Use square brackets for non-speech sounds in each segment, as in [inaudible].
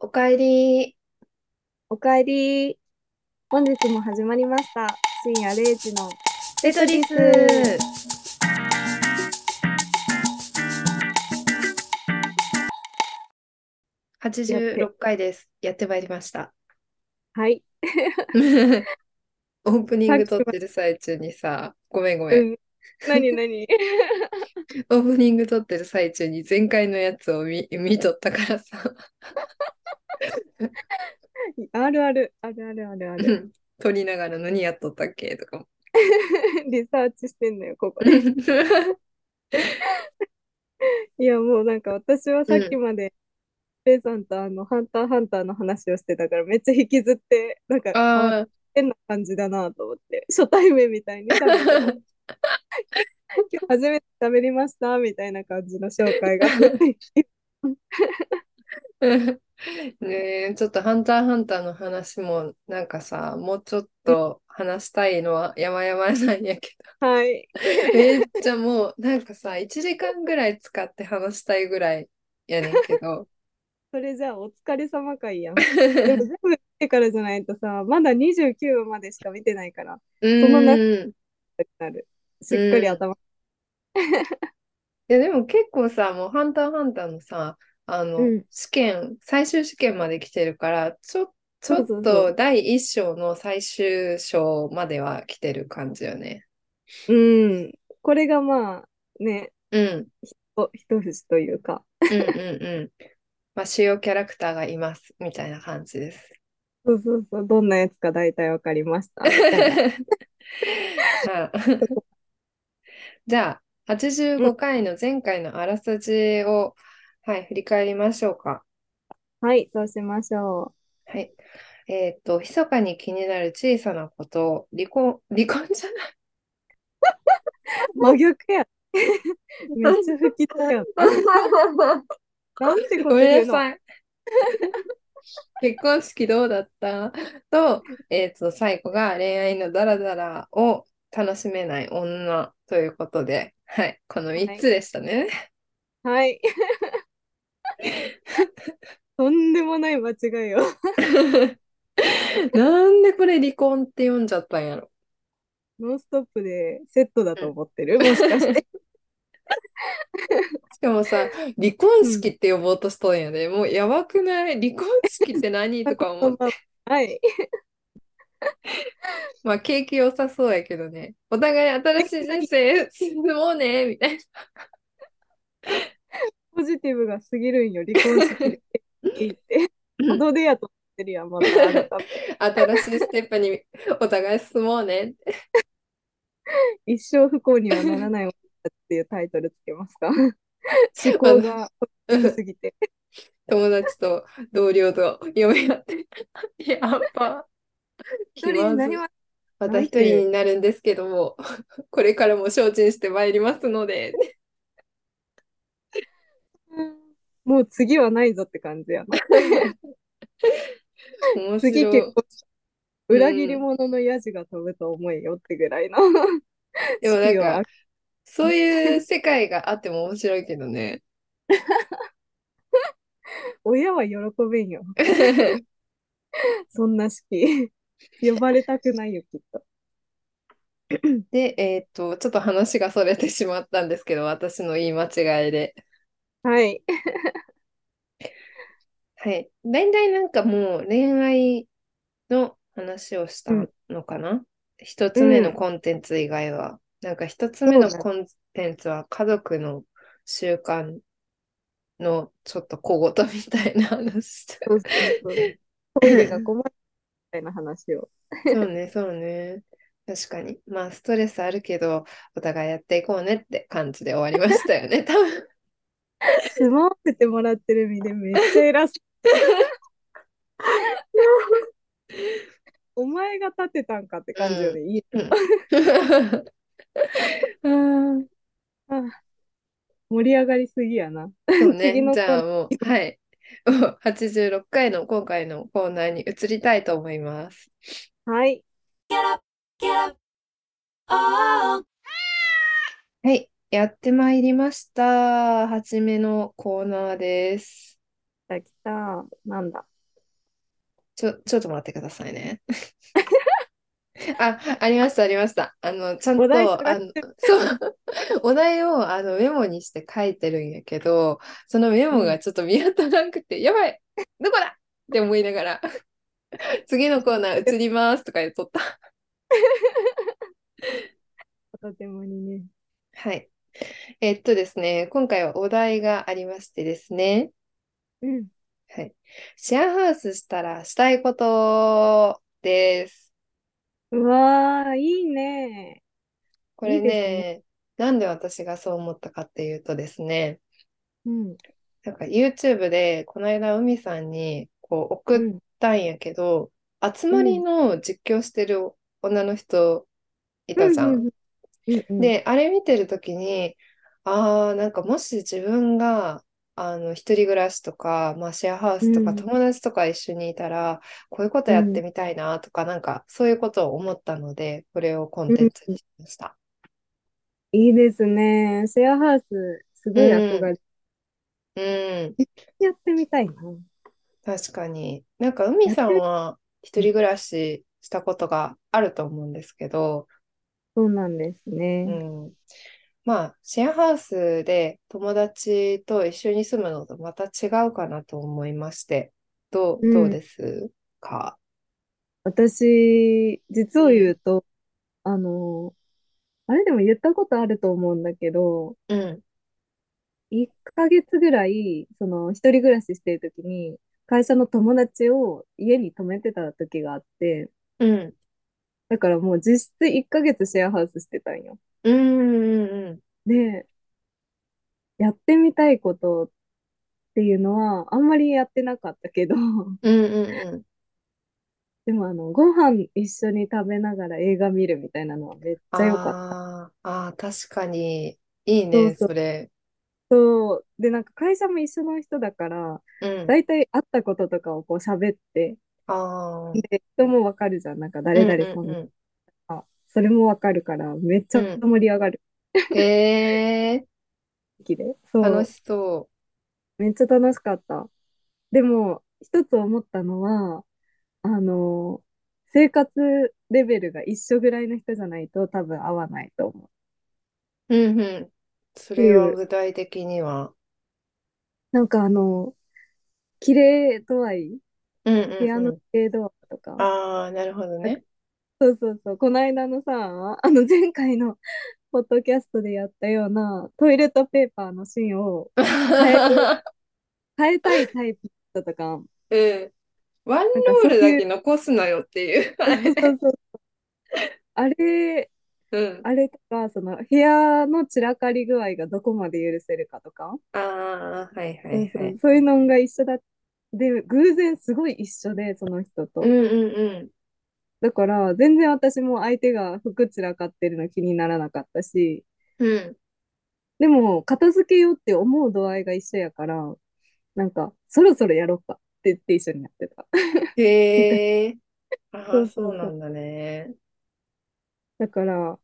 おかえり。おかえり。本日も始まりました。深夜0時の。テトリス。86回です。やってまいりました。はい。 [laughs] オープニング撮ってる最中にさ、ごめんごめ。うんん。なになにオープニング撮ってる最中に前回のやつを見、 [laughs] 見とったからさ、 [laughs] あるある。あるあるあるあうる。ん撮りながら何やっとったっけとかも。 [laughs] リサーチしてんのよ、ここで。いや、もうなんか私はさっきまで、レイさんとあの、ハンターハンターの話をしてたから、めっちゃ引きずって、なんか、あ [laughs] あ [laughs] 変な感じだなと思って、初対面みた [laughs] いに多分、あ。今日初めて喋りました、みたいな感じの紹介 [laughs] がすごい。 [laughs] ねえ、ちょっとハンターハンターの話もなんかさ、もうちょっと話したいのは山々なんやけはい。 [laughs] ど、めっちゃもうなんかさ、1時間ぐらい使って話したいぐらいやねんけど、 [laughs] それじゃあ、お疲れ様会やん。でも全部見てからじゃないとさ、まだ29話までしか見てないから、うその中ーん。なる。しっかり頭。いやでも結構さ、もうハンターハンターのさ、あの、うん試験、最終試験まで来てるから、ちょ、ちょっそうそうそと第1章の最終章までは来てる感じよね。うん。これがまあ、ね、うん。お、一節というか。うんうんうん。まあ、主要キャラクターがいますみたいな感じです。そうそうそう、どんなやつか大体わかりました。 [laughs] みたいはない [laughs] じゃあ、85回の前回のあらすじを、はい、振り返りましょうか。はい、そうしましょはい。えっと、密かに気になる小さなことを、離婚、離婚じゃなう。真逆 [laughs] や。めっちゃ吹きだいよ。なんてこごとめ言うんなの。さい。結婚式どうだった [laughs] と、えっと、最後が恋愛のダラダラを楽しめない女ということで、はい、この3つでしたね。はい。とんでもない間違いを。なんでこれ離婚って読んじゃったんやろ。ノンストップでセットだと思ってる。もしかして。しかもさ、離婚式って呼ぼうとしとんやで、もうやばくない離婚式って何 [laughs] とか思って、 [laughs] はい。まあ景気良さそうやけどね、お互い新しい人 [laughs] 生進もうね、みたいな。ポジティブが過ぎるんよ、離婚式でって言 [laughs] って。うんどでやと思ってるやん、まだあなた。新 [laughs] しいステップにお互い進もう [laughs] ね。一生不幸にはならない女っていうタイトルつけますか思考 [laughs] が低すぎて。友達と同僚と嫁やって。やっ [laughs] ぱ、一人になりままた一人になるんですけども、 [laughs] これからも精進してまいりますので。もう次はないぞって感じやな。面次白い。結構うん裏切り者のヤジが飛ぶと思えよってぐらいの。でもなん式かは、そういう世界があっても面白いけど [laughs] ね。親は喜べんよ。そんな式。呼ばれたくないよ、きっと。で、えっと、ちょっと話がそれてしまったんですけど、私の言い間違いで。はい。はい。だいたいなんかもう恋愛の話をしたのかな一つ目のコンテンツ以外は。なんか一つ目のそうだコンテンツは家族の習慣のちょっと小言みたいな話 [laughs] した。そうそうそうトイレが困るみたいな話を。そうね、そうね。確かに。まあ、ストレスあるけど、お互いやっていこうねって感じで終わりましたよね、多 [laughs] 分。住まわせてもらってる身でめっちゃ偉 [laughs] そう。お前が立てたんかって感じよね。いいうん。盛り上がりすぎやな。そうね、次のじゃあもう、はい。 [laughs] もう86回の今回のコーナーに移りたいと思います。はい。はい、やってまいりました。初めのコーナーです。来た来た。なんだ。ちょ、ちょっと待ってくださいね。あ、ありました、ありました。あの、ちゃんお題と、探あしの、てる。そう、お題をあのメモにして書いてるんやけど、そのメうモがん。ちょっと見当たらなくて、やばい、どこだって思いながら、次のコーナー移りますとか言っとった。片手間にね。はい。えっとですね、今回はお題がありましてですね、うん。はい。シェアハウスしたらしたいことです。うわー、いいね。こいれいですね。ね、なんで私がそう思ったかっていうとですね、うん。なんか YouTube でこの間海さんにこう送うっん。たんやけど、集うまりん。の実況してる女の人いうたん。じゃん。うん。うん。うん。で、あれ見てるときに、ああ、なんかもし自分が、あの、一人暮らしとか、まあ、シェアハウうスとかん。友達とか一緒にいたら、こういうことうやってん。みたいなとか、なんかそういうことを思ったので、これをコンうテンツにんしました。いいですね。シェアハウス、すごい憧うん、れ。うん。やってみたいな。確かに。なんか、海やっさてんみ、は一うん人暮らししたことがあると思うんですけど、そうなんですうね。ん。まあ、シェアハウスで友達と一緒に住むのとまた違うかなと思いまして、どう、う。どうんですか私、実う、を言うんと、あの、あれでも言ったことあると思うんだけど、うん、 1ヶ月ぐらい、その、一人暮らししてる時に、会社の友達を家に泊めてた時があって、うん、だからもう実質1ヶ月シェアハウスしてたんよ。うん、うん、で、やってみたいことっていうのは、あんまりやってなかったけど、うん、うん、でもあの、ご飯一緒に食べながら映画見るみたいなのはめっちゃ良かった。ああー、あー確かに、いいそうね、そうそれ。そう。で、なんか会社も一緒の人だから、うん、だいたい会ったこととかをこう喋って、ああ、うん、で、人もわかるじゃん。なんかう誰ん、々さんうん、あ、それもわかるから、めっちうゃん。盛り上がる。へえ、好きで。楽そしそう。う。めっちゃ楽しかった。でも、一つ思ったのは、あの、生活レベルが一緒ぐらいの人じゃないと多分合わないと思う。っうんうん。そてれいはう、具体的には。なんかあの、綺麗度合い、うん部屋うんのうん。綺麗度合いとか、ああ、なるほどあね。そうそうそう、この間のさ、あの前回の [laughs] ポッドキャストでやったようなトイレットペーパーの芯を [laughs] 変える、変えたいタイプの人とか、うん。ワンなんかローそうルだいけう、残すなよっていう。あそうそれうそう、あれ、うん。あれとか、その部屋の散らかり具合がどこまで許せるかとか、ああ、はいはそういそはう、い。そういうのが一緒だ。で、偶然すごい一緒で、その人うと。んうんだから、全然私も相手が服散らかってるの気にならなかったし、うん。うん。でも、片付けようって思う度合いが一緒やから、なんか、そろそろやろうかって言って一緒にやってた。 [laughs] みたいへえ。あそあ、うそそううなそんう。だね。だから、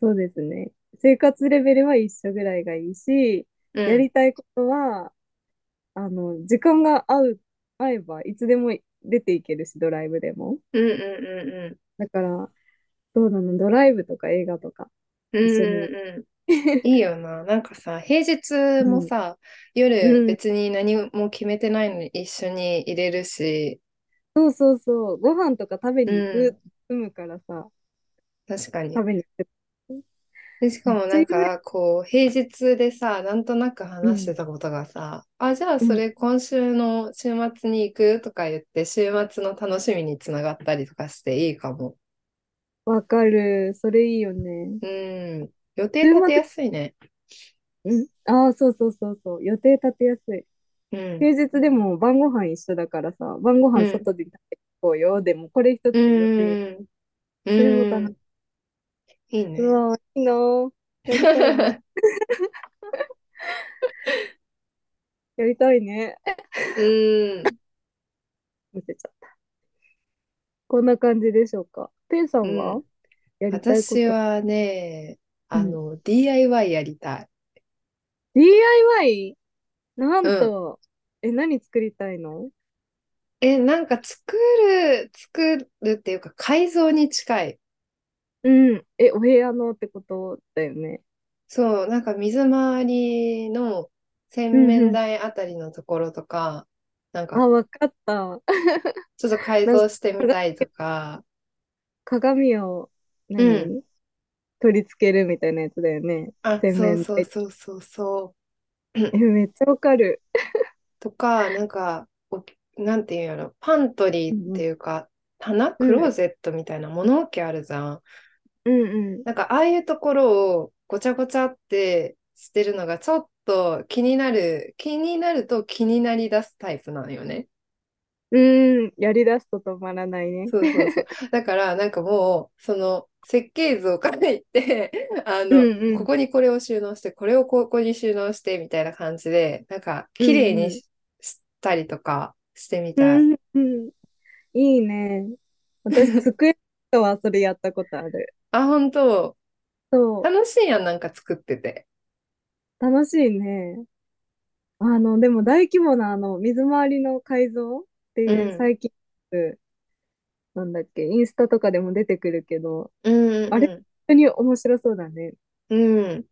そうですね。生活レベルは一緒ぐらいがいいし、うやん。りたいことは、あの、時間が合う、合えば、いつでも出ていけるし、ドライブでも。うんうんだから、どうなの、ドライブとか映画とか、うんうん。一緒うんに。うんうん。いいよな。なんかさ、平日うもん。さ、夜うん。別に何も決めてないのに一緒に入れるし、そうそうそう。ご飯とか食べうに行ん、く、済むからさ、確かに。食べに行く。で、しかめっもちなゃいんいね。か、こう、平日でさ、なんとなくう話してん。たことがさ、あ、じゃあうそん。れ今週の週末に行くとか言って、週末の楽しみにつながったりとかしていいかも。わかる。それいいよね。うん、予定週立て末、やすいね。うん。ああ、そうそうそうそう。予定立てやすい。うん、平日でも晩ご飯一緒だからさ、晩ごう飯ん、外で食べに行こうよ。でもこれ一うつの予定。ん、うそれも楽ん、しうんいいい。うね。わ、いいなー。やりたいな。やりたいね。 [laughs] うん。見せちゃった。こんな感じでしょうか。ペイさんうはん。やりたいこ私と。はね、うあん。の、DIY やりたい。 DIY? なんうん。と、え、何作りたいのえ、なんか作る、作るっていうか改造に近い。うん。え、お部屋のってことだよね。そう、なんか水回りの洗面台あたりのところとか、なんあ、かわかった。ちょっと改造してみたいとか、鏡を何、うん取り付けるみたいなやつだよね。あ、洗そう面そう台。そうそうそう。え、めっちゃわかる。とか、なんか、おなんていうんやろ、パントリーっていうか、棚、うんクローゼットみたいな物置あるじゃん。うんうん。なんか、ああいうところをごちゃごちゃって捨てるのが、ちょっと気になる、気になると気になりだすタイプなのよね。うん、やりだすと止まらないね。そうそうそう。だから、なんかもう、その、設計図を書いて、あうの、んうこん。こにこれを収納して、これをここに収納して、みたいな感じで、なんか、綺麗にししたりとかしてみうたい。んうん。いいね。私、机とはそれやったことある。あ、本当。そう。楽しいやん、なんか作ってて。楽しいね。あの、でも大規模なあの、水回りの改造ってう。いうん最近、なんだっけ、インスタとかでも出てくるけど、うんあれ、う本当に面白そうだね。んうん。うん。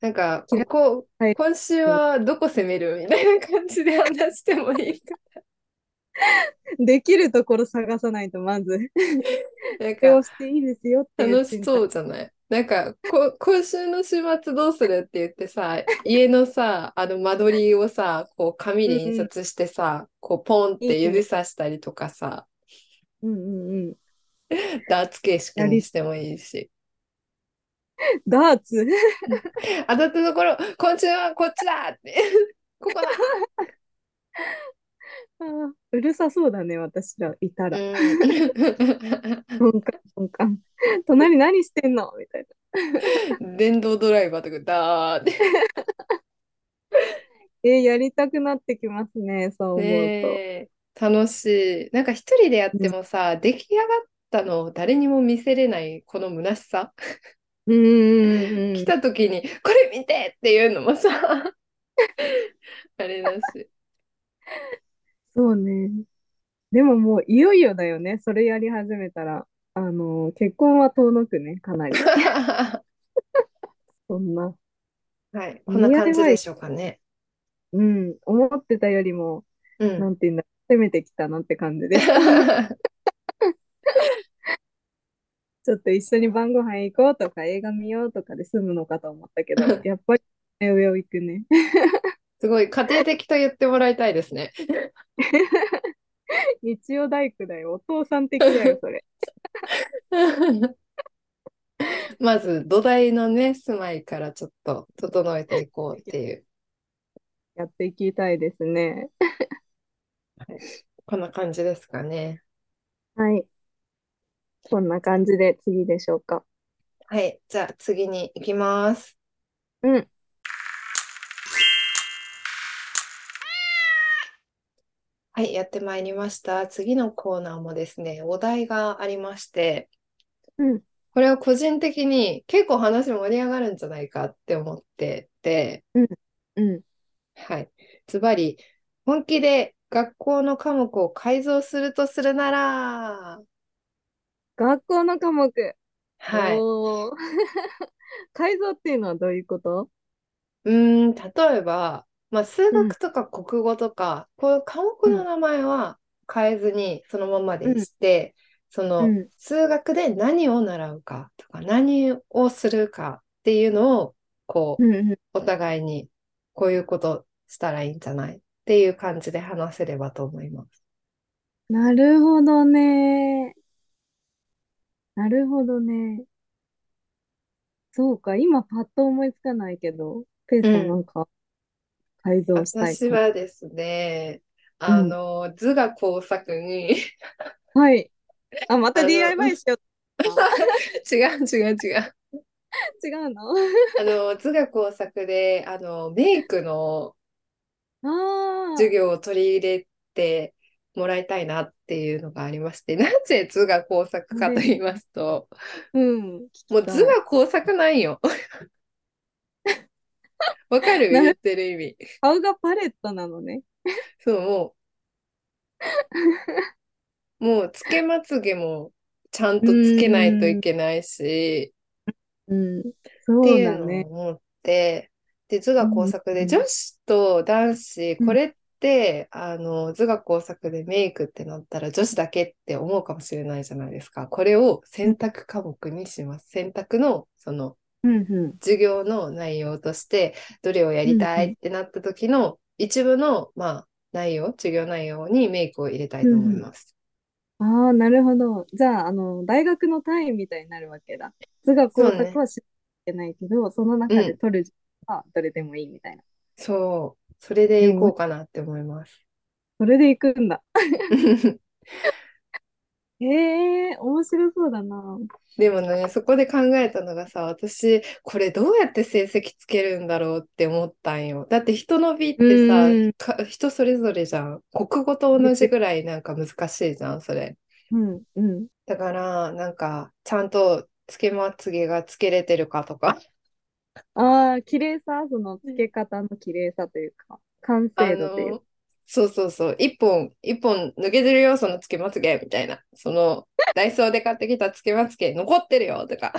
なんか、キこラこ、はい。今週はどこ攻めるみたいな感じで話してもいいか。できるところ探さないと、まず。なんこれか、をしていいですよっていう楽し選択。そうじゃないなんか、こ、今週の週末どうするって言ってさ、家のさ、あの間取りをさ、こう紙うんで印うん。刷してさ、こうポンっいてい指ね。さしたりとかさ、うんうんうん。ダーツ形式やにり、してもいいし。ダーツ当たったところ、今週はこっちだってここだあーうるさそうだね、私らいたら。うん鈍感、鈍感。隣何してんのみたいな。電動ドライバーとかだーってえーやりたくなってきますね、そうね思うえと。楽しいなんか一人でやっうてんもさ出来上がったのを誰にも見せれないこの虚しさうんうん来うんた時に「これ見て!」っていうのもさ [laughs] あれだし [laughs] そうね。でももういよいよだよね、それやり始めたら。あのー、結婚は遠のくね、か [laughs] なり。はそんな。いこんな DIY、感じでしょうかねうん、思ってたよりも、うん [laughs] なんて言うんだ、攻めてきたなって感じで [laughs] した。ちょっと一緒に晩ご飯行こうとか、映画見ようとかで済むのかと思ったけ [laughs] ど、やっぱり上を行くね。すごい家庭的と言ってもらいたいですね [laughs] 日曜大工だよ。お父さん的 [laughs] だよ、それ。まず土台のね住まいからちょっと整えていこうっていうやっていきたいですね。はいこんな感じですかね。はい。こんな感じで次でしょうか。はい、じゃあ次に行きます。うん。はい、やってまいりました。次のコーナーもですね、お題がありまして、うん。これを個人的に結構話盛り上がるんじゃないかって思ってて、うん。うん。はい、ズバリ、本気で学校の科目を改造するとするなら、学校の科目。はい、おー。 [laughs] 改造っていうのはどういうことうーん、例えば、まあ、数うん。学とか国語とか、こういう科目うのん。名前は変えずにそのままうでん。して、そうのん。数学で何を習うかとか、何をするかっていうのを、こうん。うんう、お互いにこういうことしたらいいんじゃないっていう感じで話せればと思います。なるほどね。なるほどね。そうか。今パッと思いつかないけど、ペイう。さんなんんか改造したい私かも。はですね、うあん。の、図画工作に [laughs] はい。あ、またあの、 DIY しようか。違う違う違う。違うのあの図画工作であのメイクのあ授業を取り入れてもらいたいなっていうのがありましてなぜ図画工作あ、かとね、言いますとうん、聞もきう図たい。画工作なんよわかるな言っる、てる意味顔がパレットなのね。そうもうもうつけまつげもちゃんとつけないといけないし、うん。っそてういだうのね。を思って、で、図画工作うでん女子と男子、うんこれって、あの、図画工作でメイクってなったら女子だけって思うかもしれないじゃないですか。これを選択科目にします。選択の、その、うんう授業の内容としてどれをやりたうんういんってなった時の一部の、まあ、内容授業内容にメイクを入れたいと思います。ん。ああ、なるほど。じゃあ、あの、大学の単位みたいになるわけだ。図画工そうね作はしなきゃいけないけど、その中で取る時間はどれでもいいみたいな。そうそれでいこうかなって思い [laughs] ます。それで行くんだ。へえ、面白そうだな。でもねそこで考えたのがさ私これどうやって成績つけるんだろうって思ったんよ。だって人の美ってさうんか人それぞれじゃん。国語と同じぐらいなんか難しいじゃんそれ。うん、うん。だから、なんか、ちゃんとつけまつげがつけれてるかとか、ああ、綺麗さ、その付け方の綺麗さというか、完あ成度というか。の、そうそうそう、一本、一本抜けてるよ、そのつけまつげ、みたいな。その、ダイソーで買ってきたつけまつげ、残ってるよ、とか。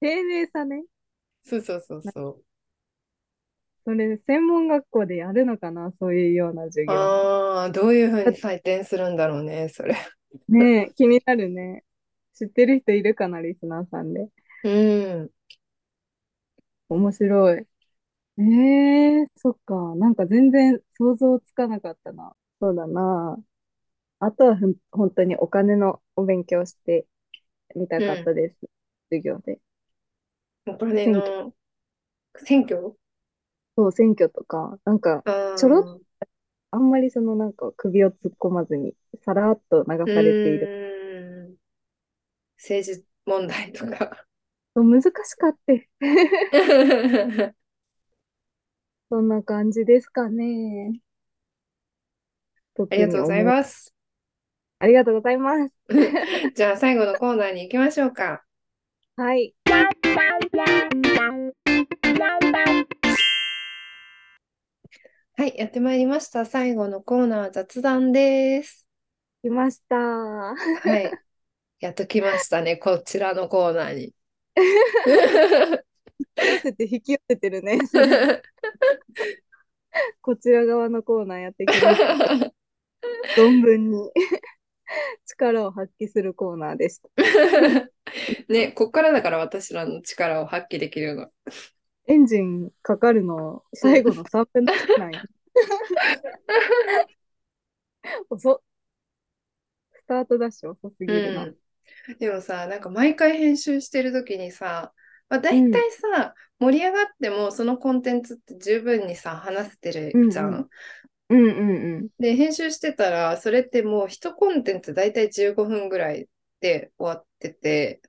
丁寧さね。そうそうそうそう。それ、専門学校でやるのかな、そういうような授業も。ああ、どういうふうに採点するんだろうね、それ。ねえ、気になるね。知ってる人いるかな、リスナーさんで。うん。面白い。ええそっか。なんか全然想像つかなかったな。そうだな。あとはふん、本当にお金のお勉強してみたかったです。授業で。お金の選挙そう、選挙とか、なんか、ああちょろっあんまりそのなんか首を突っ込まずに、さらっと流さうれている。ーん。政治問題と [laughs] か。そう難しかって。そんな感じですかね。ありがとうございす。ます。ありがとうございます。じゃあ最後のコーナーに行きましょうか。はい。はい、やってまいりました。最後のコーナーは雑談です。来ました。 [laughs] ははい、やっと来ましたね。こちらのコーナー [laughs] に。 [laughs] せて引き寄せてるね。こちら側のコーナーやってきました。存分に力を発揮するコーナーでした。ね、こっからだから私らの力を発揮できるの。エンジンかかるの最後の3分の1なんや。遅っ。スタートダッシュ遅すぎるな。うん、でもさなんか毎回編集してる時にさ、まあ、大体さ、盛り上がってもそのコンテンツって十分にさ話せてるじゃん。うんううんうんうん。で編集してたらそれってもう1コンテンツ大体15分ぐらいで終わってて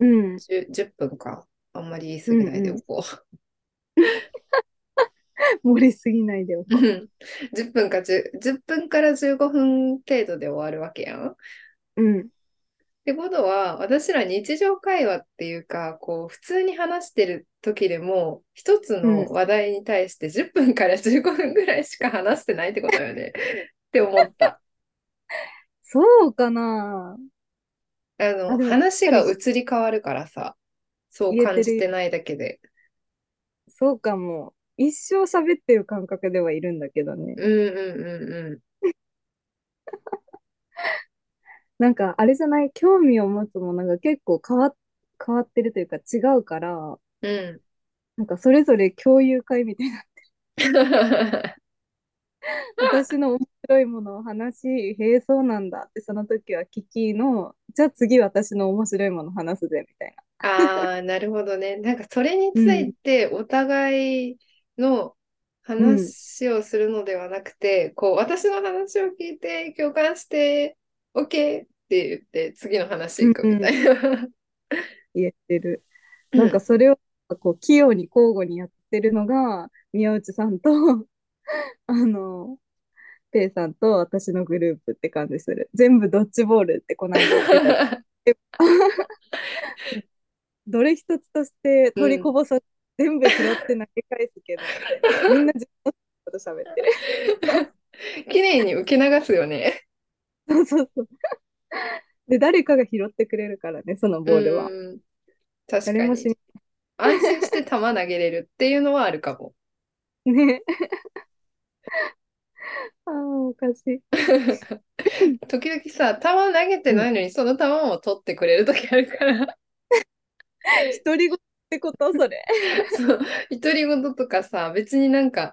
うん、 10, 10分かあんまり言い過ぎないでおこう。漏れすぎないでおこう。 [laughs] 10分か10、10分から15分程度で終わるわけやん。うん、ってことは、私ら日常会話っていうか、こう、普通に話してる時でも、一つの話題に対して10分から15分ぐらいしか話してないってことよ [laughs] ね。って思った。そうかあな。あの、でも話が移り変わるからさ、そう言えて感るじてないだけで。そうかも。一生喋ってる感覚ではいるんだけどね。うんうんうんうなんかあれじゃない、興味を持つものが結構変わっ、変わってるというか違うから、ん。うなんかそれぞれ共有会みたいな。ん。私の面白いものを話し、へえ、そうなんだってその時は聞きの、じゃあ次私の面白いもの話すぜみたいああ、なるほどね。なんかそれについてお互いの話をするのではなくて、こう私の話を聞いて共感して OK って言って次の話行くみたいな。な言えてる。なんかそれをこう器用に交互にやってるのが宮内さんとあのペイさんと私のグループって感じする全部ドッジボールってこの間言ってたどれ一 [laughs] つとして取りこぼさ、全部拾って投げ返すけどみんな自分のと喋ってる。 [laughs] 綺麗に受け流すよね。 [laughs] そうそうそう。で、誰かが拾ってくれるからね、そのボールは。うん確か誰もにし。安心して球投げれるっていうのはあるかも。ね。 [laughs] ああ、おかしい。時々さ、球投げてないのに、その球も取ってくれる時あるから、独り言ってことそれ。そう、独り言とかさ、別になんか、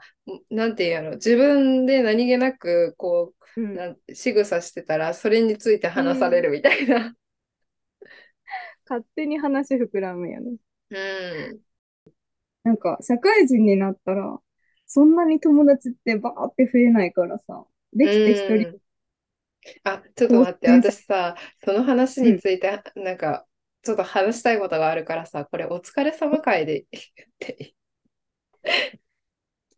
なんていうの、自分で何気なく、こうう、ん、なん仕草してたら、それについて話されるみたいな。勝手に話膨らむよね。うん。なんか、社会人になったら、そんなに友達ってバーって増えないからさ、できて一人、うんあ、ちょっと待って、当然私さ、その話について、なんか、ちょっと話したいことがあるからさ、これ、お疲れ様会で言っていい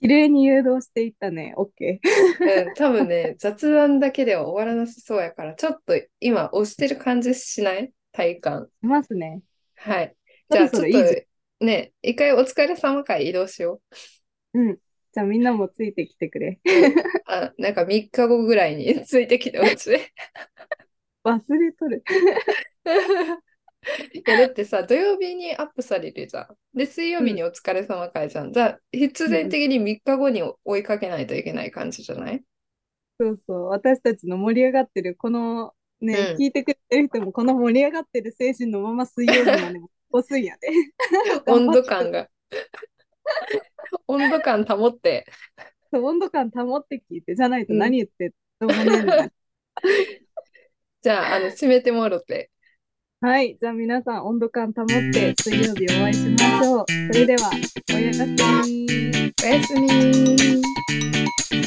綺麗に誘導していったね。オッケー。うん、多分ね、雑談だけでは終わらなさそうやから、ちょっと今、押してる感じしない体感。いますね。はい。そじゃあ、ろちょそっろいい時と、ね、一回お疲れ様会移動しようん。じゃあみんなもついてきてくれ。 [laughs] う。うんあ、なんか3日後ぐらいに [laughs] ついてきてほしい。 [laughs] 忘れとる。いやだってさ土曜日にアップされるじゃん。で水曜日にお疲れ様会じゃん。じゃあ必然的に3日後に追いかけないといけない感じじゃないそうそう。私たちの盛り上がってる、この、ね、うん聞いてくれてる人も、この盛り上がってる精神のまま水曜日までも [laughs] 押すんやで。温度感が。温度感保って。そう温度感保って聞いて、じゃないと何言ってどうもねえんだ。じゃああの締めてもろて。はい。じゃあ皆さん、温度感保って水曜日お会いしましょう。それでは、おやすみ。おやすみ。